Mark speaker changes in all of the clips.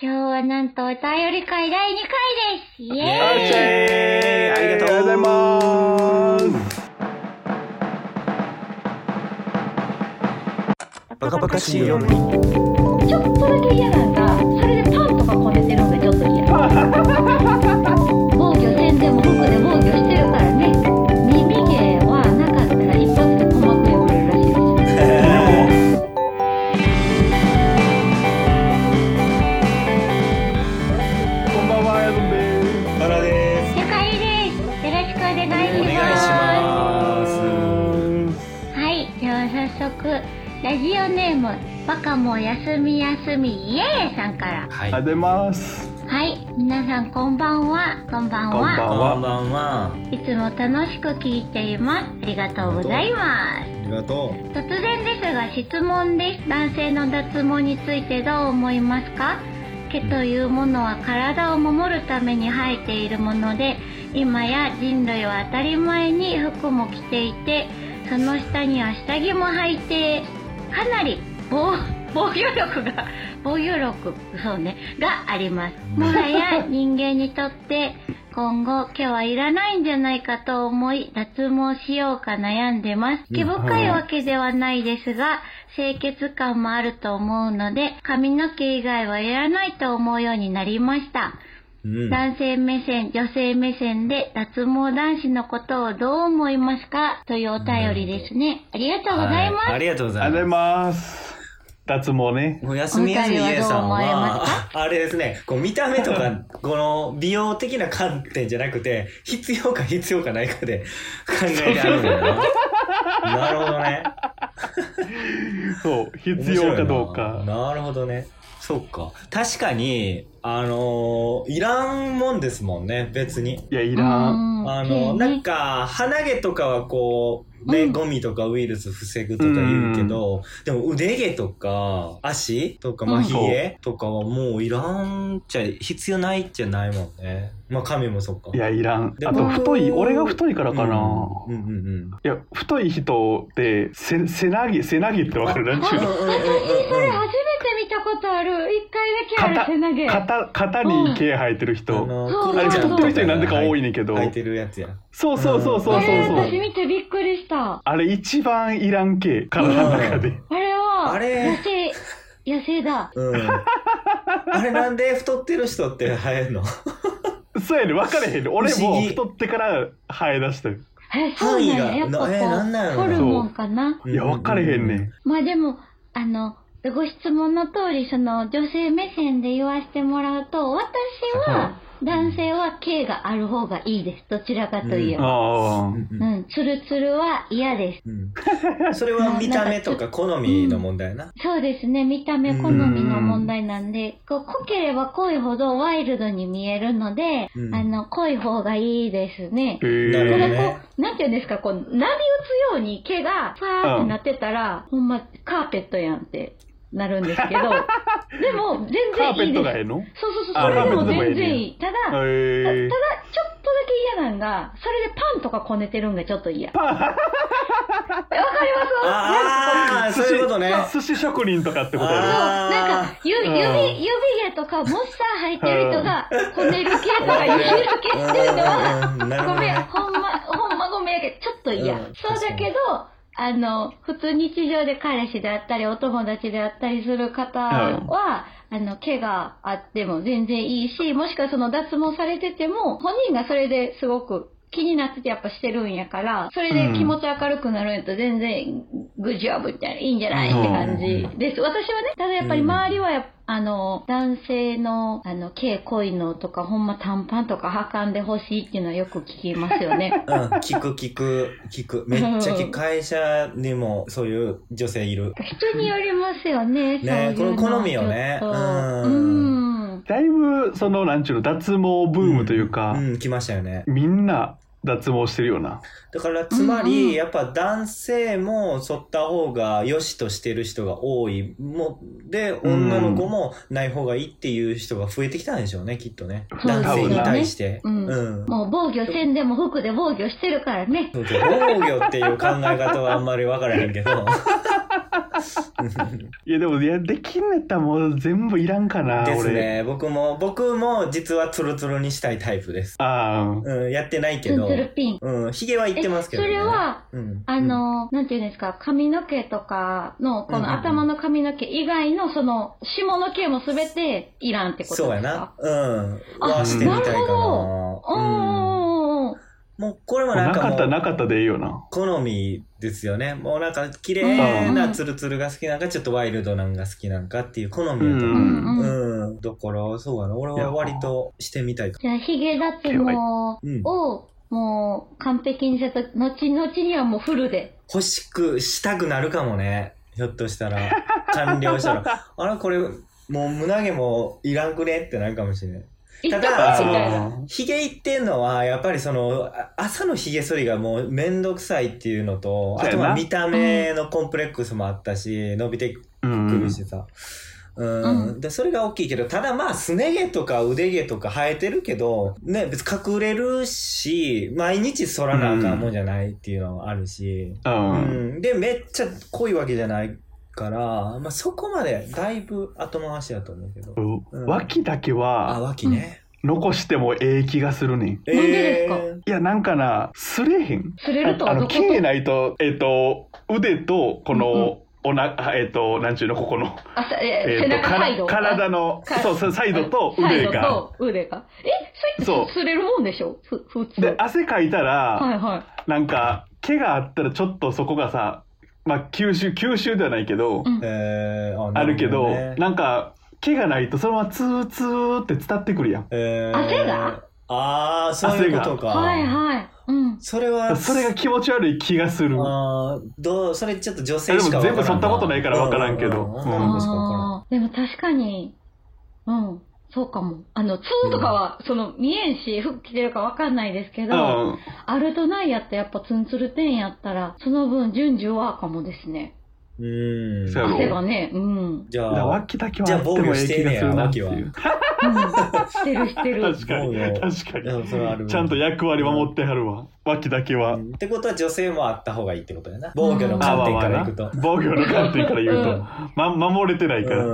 Speaker 1: 今日はなんとお便り会第2回です。イエーイ
Speaker 2: イエーイ
Speaker 3: オッケーありがと
Speaker 2: ありがと
Speaker 3: う
Speaker 2: うございます
Speaker 3: バカバカしいよね
Speaker 4: ちょっとだけ嫌なんがそれでパンとかこねてるのがちょっと嫌防御せんでも服で防御してるからね耳毛はなかったら一発で鼓膜破れるらしいです
Speaker 2: こんばんは、やぶんで
Speaker 3: バラです
Speaker 1: ゆかりです。よろしくお願いします。
Speaker 3: お願いします
Speaker 1: はい、では早速、ラジオネーム、バカも休み休みイエーイさんから。
Speaker 2: す。
Speaker 3: はい
Speaker 2: 出ます。
Speaker 1: はい、皆さんこんばんは。こんばんは。
Speaker 2: こんばん
Speaker 3: こんばんはい
Speaker 1: つも楽しく聞いています。ありがとうございます。
Speaker 5: ありがとう。
Speaker 1: 突然ですが質問です男性の脱毛についてどう思いますか毛というものは体を守るために生えているもので今や人類は当たり前に服も着ていてその下には下着も履いてかなり防防御力が防御力そうねがありますもはや人間にとって今後毛はいらないんじゃないかと思い脱毛しようか悩んでます毛深いわけではないですが清潔感もあると思うので髪の毛以外はいらないと思うようになりました
Speaker 5: うん。
Speaker 1: 男性目線、女性目線で脱毛男子のことをどう思いますかというお便りですね。ありがとうございます。
Speaker 3: ありがとうござ
Speaker 2: あ
Speaker 3: い
Speaker 2: りがとうござい
Speaker 3: ます
Speaker 2: ます。脱毛ね。
Speaker 3: もう休み休みイエさん
Speaker 1: お二人はどう思い
Speaker 3: は
Speaker 1: ますか、
Speaker 3: ああれですね、こう見た目とか、この美容的な観点じゃなくて、必要か必要かないかで考えてあるんだよな。なるほどね。
Speaker 2: そう、必要かどう
Speaker 3: 面白
Speaker 2: か。
Speaker 3: いななるほどね。そっか。確かに、あのーいらんもんですもんね、別に。
Speaker 2: いや、いらん。
Speaker 1: うん
Speaker 3: あ
Speaker 1: ね
Speaker 3: の、なんか、鼻毛とかはこう、ね、
Speaker 1: うん
Speaker 3: ゴミとかウイルス防ぐとか言うけど、でも腕毛とか、足とか、ま
Speaker 1: う
Speaker 3: あ、
Speaker 1: ん
Speaker 3: ヒゲとかはもういらんっちゃ、必要ないっちゃないもんね。まあ、髪もそっか。
Speaker 2: いや、いらん。
Speaker 3: でも
Speaker 2: あと、太い、俺が太いからかな。
Speaker 3: うんうんうんうん。
Speaker 2: いや、太い人って、せ、背投げ、背投げってわかるなんちゅうの
Speaker 3: うんうん
Speaker 1: そ
Speaker 3: うん
Speaker 1: れ
Speaker 3: うん
Speaker 1: 初めて見たことある。一回だけある、背投げ。
Speaker 2: 肩、肩に毛生えてる
Speaker 3: あ
Speaker 2: 人。
Speaker 3: の
Speaker 1: そう
Speaker 2: あれ、
Speaker 1: そうそう
Speaker 2: 太ってる人になんでか多い
Speaker 3: ね
Speaker 2: ねんけど。
Speaker 3: 入ってるやつや。
Speaker 2: そうそうそうそうそう
Speaker 1: あ
Speaker 2: そ
Speaker 1: れ
Speaker 2: う。
Speaker 1: 私見てびっくりした。
Speaker 2: あれ、一番いらん毛、体の中で。
Speaker 1: あれは、
Speaker 3: あれ
Speaker 1: 野生、野生だ。
Speaker 3: うん。 あれなんで太ってる人って生えんの
Speaker 2: そうやね、分かれへんね。俺
Speaker 3: 不思
Speaker 2: も
Speaker 3: 議
Speaker 2: 太ってから生え出したよ。
Speaker 1: え、そうなんや。
Speaker 3: 範囲
Speaker 1: やっ
Speaker 3: が
Speaker 1: ぱこ
Speaker 3: なえなんなんや
Speaker 1: う、
Speaker 3: ろ
Speaker 1: ホルモンかな。
Speaker 2: いや、分かれへんねん。
Speaker 1: まあでも、あの、ご質問の通り、その女性目線で言わせてもらうと、私は、男性は毛がある方がいいです。どちらかというう。
Speaker 2: あ
Speaker 3: うんうんうん
Speaker 1: うん、ツルツルは嫌です。
Speaker 3: うんそれは見た目とか好みの問題やな。
Speaker 1: そうですね、見た目好みの問題なんで、こう濃ければ濃いほどワイルドに見えるので、
Speaker 3: うん
Speaker 1: あの、濃い方がいいですね
Speaker 2: あ。。へ
Speaker 3: なるほ
Speaker 4: こ
Speaker 3: ど
Speaker 4: れ
Speaker 2: え。
Speaker 4: こう、なんていうんですか、こう、波打つように毛が、ファーってなってたら、ほんま、カーペットやんってなるんです けど、でも、全
Speaker 2: カーペ
Speaker 4: 然いい
Speaker 2: ッ
Speaker 4: で
Speaker 2: ト
Speaker 4: す。
Speaker 2: がええのへ
Speaker 4: そうそうそう、
Speaker 2: あ
Speaker 4: それでも
Speaker 2: カーペットでもいい
Speaker 4: 全
Speaker 2: ねや
Speaker 4: 然いい。ただ、ただ、ちょっ
Speaker 2: え。
Speaker 4: とだけ嫌なんが、それでパンとかこねてるんがちょっと嫌。パンわかります
Speaker 3: ああ、そういうことね。
Speaker 2: 寿司職人とかってことやろ
Speaker 3: あ
Speaker 4: なんか、ゆ
Speaker 2: う
Speaker 4: 指、
Speaker 2: ん
Speaker 4: 指毛とか、もっさ入ってる人が、こねる系とか、指毛してるのは、
Speaker 3: うんなるほ
Speaker 4: ご
Speaker 3: ど
Speaker 4: めん、
Speaker 3: ね。
Speaker 4: ほんま、ほんまごめんやけど、ちょっと嫌。
Speaker 3: うん。
Speaker 4: そうだけど、あの、普通日常で彼氏であったり、お友達であったりする方は、あの、毛があっても全然いいし、もしくはその脱毛されてても、本人がそれですごく気になっててやっぱしてるんやから、それで気持ち明るくなるんやったら全然、グッジョブみたいな、いいんじゃないって感じです。私はね、ただやっぱり周りはやっぱあの、男性の、あの、毛濃いのとか、ほんま短パンとかはかんでほしいっていうのはよく聞きますよね
Speaker 3: うん、聞く聞く、聞く。めっちゃ聞く。会社にもそういう女性いる。
Speaker 4: 人によりますよね、
Speaker 3: ね
Speaker 4: そういうの
Speaker 3: これ好みよね
Speaker 4: ちょっと
Speaker 3: う
Speaker 4: うんん。
Speaker 2: だいぶ、その、なんちゅうの、脱毛ブームというか
Speaker 3: う、ん、来ましたよね。
Speaker 2: みんな脱毛してるよな。
Speaker 3: だから、つまり、
Speaker 4: うんうん
Speaker 3: やっぱ男性も剃った方が良しとしてる人が多い。もう、で、女の子もない方がいいっていう人が増えてきたんでしょうね、きっとね。
Speaker 4: そう
Speaker 3: 男
Speaker 4: です
Speaker 3: 性
Speaker 4: よね
Speaker 3: に対して。
Speaker 4: うん
Speaker 3: うん
Speaker 4: もう防御せんでも服で防御してるからね。
Speaker 3: そうそう防御っていう考え方はあんまり分からへんけど。
Speaker 2: いや、でも、いや、できんねったらもう全部いらんかな、
Speaker 3: です
Speaker 2: 俺。
Speaker 3: ね。僕も、僕も実はツルツルにしたいタイプです。
Speaker 2: ああ、
Speaker 3: うん、やってないけ
Speaker 4: ツン
Speaker 3: ど
Speaker 4: ツ。ルピン。
Speaker 3: うん、ヒゲは言ってますけど、ね。
Speaker 4: えそれは、
Speaker 3: うん、
Speaker 4: あの、なんていうんですか、髪の毛とかの、こ
Speaker 3: うんうんう
Speaker 4: の
Speaker 3: ん
Speaker 4: 頭の髪の毛以外の、その、下の毛もすべていらんって
Speaker 3: うん、
Speaker 4: ことです
Speaker 3: そう
Speaker 4: か
Speaker 3: やな。。うん。
Speaker 4: あ
Speaker 3: はしてみたいかな。
Speaker 4: なるおー
Speaker 3: うん、
Speaker 4: おーおーおー
Speaker 3: もう、これもなん
Speaker 2: な
Speaker 3: か
Speaker 2: か
Speaker 3: も
Speaker 2: った
Speaker 3: う、
Speaker 2: なかったでいいよな。
Speaker 3: 好みですよね。もうなんか、綺麗なツルツルが好きなんか、ちょっとワイルドなんか好きなんかっていう好みだと思う。
Speaker 2: う
Speaker 4: う
Speaker 2: ん
Speaker 4: んうん
Speaker 3: うん。だから、そうやな。俺は割としてみたいか。
Speaker 4: じゃあ、ヒゲ脱毛
Speaker 3: うん。
Speaker 4: を、もう、完璧にせと、後々にはもうフルで。
Speaker 3: 欲しくしたくなるかもね。ひょっとしたら。完了したら。あら、これ、もう胸毛もいらんくねってなるかもしれない。
Speaker 4: 一
Speaker 3: た
Speaker 4: 択
Speaker 3: だ
Speaker 4: みたいな。
Speaker 2: あー
Speaker 3: ヒゲいってんのは、やっぱりその、あ朝のヒゲ剃りがもうめんどくさいっていうのと、
Speaker 2: そう
Speaker 3: あ
Speaker 2: や
Speaker 3: と
Speaker 2: な
Speaker 3: は見た目のコンプレックスもあったし、伸びて
Speaker 2: う
Speaker 3: く
Speaker 2: ん
Speaker 3: る。しさ。うん
Speaker 4: う
Speaker 3: でそれが大きいけど、ただまあ、すね毛とか腕毛とか生えてるけど、ね、別に隠れるし、毎日剃らなあかんもんじゃないっていうのはあるし、
Speaker 2: う。
Speaker 3: うんん、で、めっちゃ濃いわけじゃないから、まあ、そこまでだいぶ後回しだと思うけど。うん
Speaker 2: 脇だけ
Speaker 3: あ、
Speaker 2: は
Speaker 3: 脇ね。
Speaker 2: 残してもええ気がするねん。
Speaker 3: え
Speaker 4: なんでですか
Speaker 3: ー
Speaker 2: いや、なんかな、すれへん。
Speaker 4: 釣れるとは
Speaker 2: あの、
Speaker 4: どこと
Speaker 2: 毛ないと、えっ、と、腕と、
Speaker 4: う
Speaker 2: こ
Speaker 4: んう
Speaker 2: の、おな、あえっ、と、なんちゅうの、ここの、
Speaker 4: あさえー
Speaker 2: えっ、
Speaker 4: 背
Speaker 2: と、
Speaker 4: 中サイド。
Speaker 2: ら体の
Speaker 4: か、
Speaker 2: そうそう、サイドと
Speaker 4: サイ
Speaker 2: 腕
Speaker 4: ド
Speaker 2: が。
Speaker 4: と腕が。え、それ
Speaker 2: そ
Speaker 4: って擦れるもんでしょふ普通。
Speaker 2: で、汗かいたら、
Speaker 4: はいはい。
Speaker 2: なんか、毛があったらちょっとそこがさ、まあ、吸収、吸収ではないけど、
Speaker 4: うん
Speaker 3: えー、
Speaker 2: あるけど、
Speaker 3: なほね
Speaker 2: なんか、毛がないと、そのままツーツーって伝ってくるやん。
Speaker 3: えー
Speaker 4: 汗が
Speaker 3: ああ、そういうことか。
Speaker 4: はいはい。うん。
Speaker 3: それは、
Speaker 2: それが気持ち悪い気がする。
Speaker 3: あーどうそれちょっと女性しかわからん
Speaker 2: で
Speaker 3: な
Speaker 2: も全部剃ったことないからわからんけど
Speaker 3: ううう
Speaker 2: うん
Speaker 3: 女の子しかわからん
Speaker 4: あーでも確かに、うん、そうかも。あの、ツーとかは、その、見えんし、服着てるかわかんないですけ
Speaker 2: う
Speaker 4: ど、
Speaker 2: ん。
Speaker 4: あるとないやったらやっぱツンツルテンやったら、その分順序はかもですね。
Speaker 3: うん。
Speaker 2: そうやろ
Speaker 4: 汗がね、うん。
Speaker 3: じゃ
Speaker 2: だから
Speaker 3: あ、
Speaker 2: 脇だけはあってもええ気がするなっていう。
Speaker 4: してるしてる。
Speaker 2: 確かに、
Speaker 3: 防御
Speaker 2: 確か
Speaker 3: いやそれはある
Speaker 2: に。ちゃんと役割守ってはるわ。脇だけは
Speaker 3: う。んってことは女性もあった方がいいってことやな。防御の観点からいくと。
Speaker 2: 防御の観点から言う
Speaker 4: う
Speaker 2: と
Speaker 4: ん、
Speaker 2: ま、守れてないから。
Speaker 3: う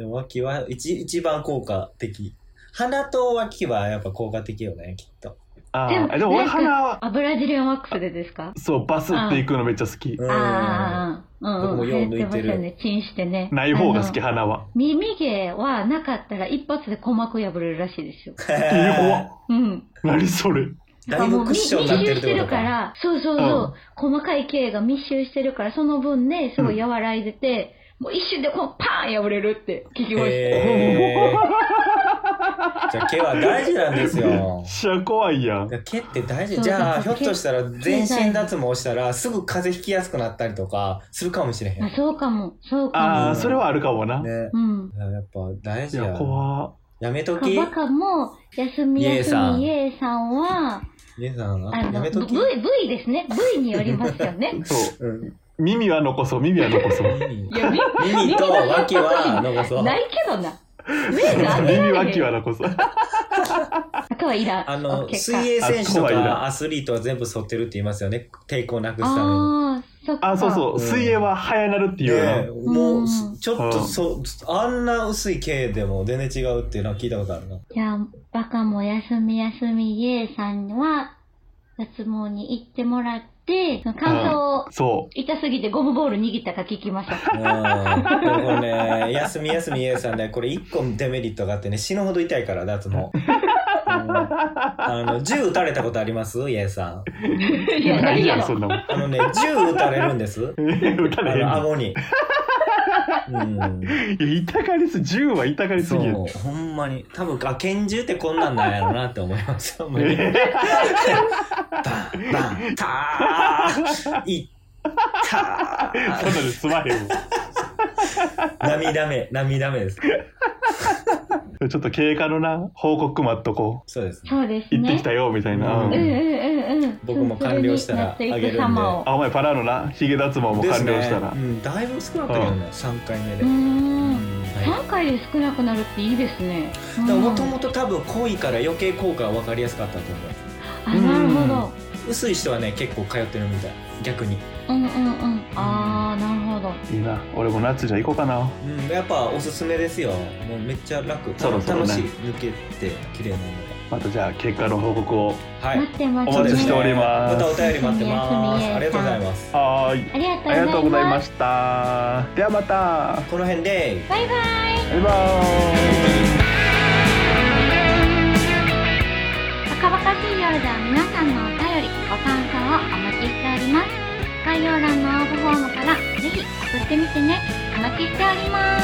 Speaker 3: ん。脇は一一番効果的。鼻と脇はやっぱ効果的よね、きっと。
Speaker 2: あ
Speaker 4: で
Speaker 2: ー
Speaker 4: も
Speaker 2: でも
Speaker 4: な
Speaker 2: 俺
Speaker 4: んか
Speaker 2: 鼻は、
Speaker 4: あ、ブラジリアンワックスでですか
Speaker 2: そう、バスっていくのめっちゃ好き。
Speaker 3: うん。
Speaker 4: ああ、うんうん。
Speaker 3: 僕もよう抜いてる
Speaker 4: やってましたね。チンしてね。
Speaker 2: ない方が好き、
Speaker 4: あの。
Speaker 2: 鼻は。
Speaker 4: 耳毛はなかったら一発で鼓膜破れるらしいですよ。
Speaker 2: えー、怖っ
Speaker 4: うん。
Speaker 2: 何それ。
Speaker 3: だいぶクッションになってるって
Speaker 4: 密集し
Speaker 3: こ
Speaker 4: て
Speaker 3: と
Speaker 4: るか
Speaker 3: か。
Speaker 4: ら、そうそうそう、細かい毛が密集してるから、その分ね、すごい和らいでて、もう一瞬でこうパーン破れるって聞きまし
Speaker 3: へーじゃあ毛は大事なんですよ
Speaker 2: めっ。ちゃ怖いやん
Speaker 3: い。や毛って大
Speaker 4: そ
Speaker 3: 事
Speaker 4: う
Speaker 3: じゃあひ
Speaker 4: そ
Speaker 3: ょ
Speaker 4: う
Speaker 3: っとしたら全身脱毛したらすぐ風邪ひきやすくなったりとかするかもしれへん
Speaker 4: た。あ、そうかも、そう
Speaker 2: あ
Speaker 4: か
Speaker 2: あ、それはあるかもな。
Speaker 3: ね
Speaker 4: も。うん。
Speaker 3: いややっぱ大
Speaker 2: い
Speaker 3: 事や
Speaker 2: や、怖っ。
Speaker 3: やめとき
Speaker 4: バカも、休み
Speaker 3: イエイ
Speaker 4: 休
Speaker 3: さん
Speaker 4: み、イエイさんは、
Speaker 3: 皆さん
Speaker 4: あ
Speaker 3: や
Speaker 4: の、
Speaker 3: め
Speaker 4: V、
Speaker 3: とき
Speaker 4: V ですね。V によりますよね
Speaker 2: そう。
Speaker 3: うん
Speaker 2: 耳は残そう、耳は残そう。
Speaker 3: 耳
Speaker 4: いや、み
Speaker 3: 耳と脇は残そう
Speaker 4: ないけどな。目が当てられへ
Speaker 2: 耳
Speaker 4: ん
Speaker 2: 脇は残そう。
Speaker 4: あとはいらん。
Speaker 3: あの
Speaker 4: OK か
Speaker 3: 水泳選手
Speaker 2: あ
Speaker 3: と
Speaker 2: 怖いな
Speaker 3: かアスリートは全部剃ってるって言いますよね抵抗なくすために
Speaker 4: あーそっか。
Speaker 2: あ、そうそう、
Speaker 3: うん
Speaker 2: 水泳は早なるっていうよな
Speaker 3: ねえもうす
Speaker 4: うん
Speaker 3: ちょっとそあんな薄い毛でも全然違うっていうのは聞いたことあるな
Speaker 4: じゃあ、バカも休み休みイエイさんは、脱毛に行ってもらって、その感想を、
Speaker 2: そ
Speaker 4: 痛すぎてゴムボール握ったか聞きました。
Speaker 3: うん、でもこれね、 休み休み A さんね、これ一個デメリットがあってね、死ぬほど痛いから、脱毛。うん、あの、銃撃たれたことあります ?A さん。
Speaker 2: う。
Speaker 4: いや、
Speaker 2: ない
Speaker 4: 何や
Speaker 2: やん、
Speaker 4: ろ
Speaker 2: そんなもん。
Speaker 3: あのね、銃撃たれる んです。
Speaker 2: 打た
Speaker 3: あ
Speaker 2: れへん
Speaker 3: の、
Speaker 2: の。
Speaker 3: 顎に。うん。
Speaker 2: いや、痛がりす、銃は痛がりす
Speaker 3: そ
Speaker 2: ぎる。
Speaker 3: う、ほんまに。多分、あ、拳銃ってこんなんなんやろなって思います。ほんまに
Speaker 2: え
Speaker 3: バン、バン、ターいった
Speaker 2: ーそんなのすまへんわ。
Speaker 3: ー涙目、涙目です。
Speaker 2: ちょっと経過のな、報告待っとこ
Speaker 3: そうですね。
Speaker 4: そうです
Speaker 2: う。行って
Speaker 4: ね
Speaker 2: き。たよ、みたいな。
Speaker 3: う
Speaker 4: うんうんう
Speaker 2: うん
Speaker 4: んうん。
Speaker 3: 僕も完了したらあげるんで
Speaker 4: ツルツルになっていく様を
Speaker 2: あ、お前パラのな、ヒゲ脱毛も完了したら。
Speaker 3: ですねうん、だいぶ少なかったけどね、3回目で。
Speaker 4: うーん。
Speaker 3: は
Speaker 4: 3回で少なくなるっていいですね。
Speaker 3: い、もと
Speaker 4: うん
Speaker 3: もと多分濃いから余計効果は分かりやすかったと思う
Speaker 4: あ、なるほど。
Speaker 3: 薄い人はね結構通ってるみたい逆に、
Speaker 6: うんうんうんああなるほど
Speaker 2: いいな俺も夏じゃ行こうかな
Speaker 3: うん、やっぱおすすめですよもうめっちゃ楽
Speaker 2: そろそろね
Speaker 3: 楽しい抜けて綺麗なの
Speaker 2: またじゃあ結果の報告を
Speaker 3: がはい
Speaker 6: 待ってま
Speaker 2: お
Speaker 6: す
Speaker 2: 待ちしており
Speaker 6: ね
Speaker 2: ます
Speaker 3: またお便り待ってま
Speaker 6: 休み休み
Speaker 3: すありがとうございます
Speaker 2: はーい
Speaker 6: あ
Speaker 2: あり
Speaker 6: り
Speaker 2: が
Speaker 6: が
Speaker 2: と
Speaker 6: とう
Speaker 2: うご
Speaker 6: ご
Speaker 2: ざ
Speaker 6: ざ
Speaker 2: い
Speaker 6: い
Speaker 2: ま
Speaker 6: ます
Speaker 2: したではまた
Speaker 3: この辺で
Speaker 6: バイバイ
Speaker 2: バイバイ
Speaker 4: 赤バカ水曜では皆さんのお便り、ご感想をお待ちしております。概要欄の応募フォームからぜひ送ってみてね。お待ちしております。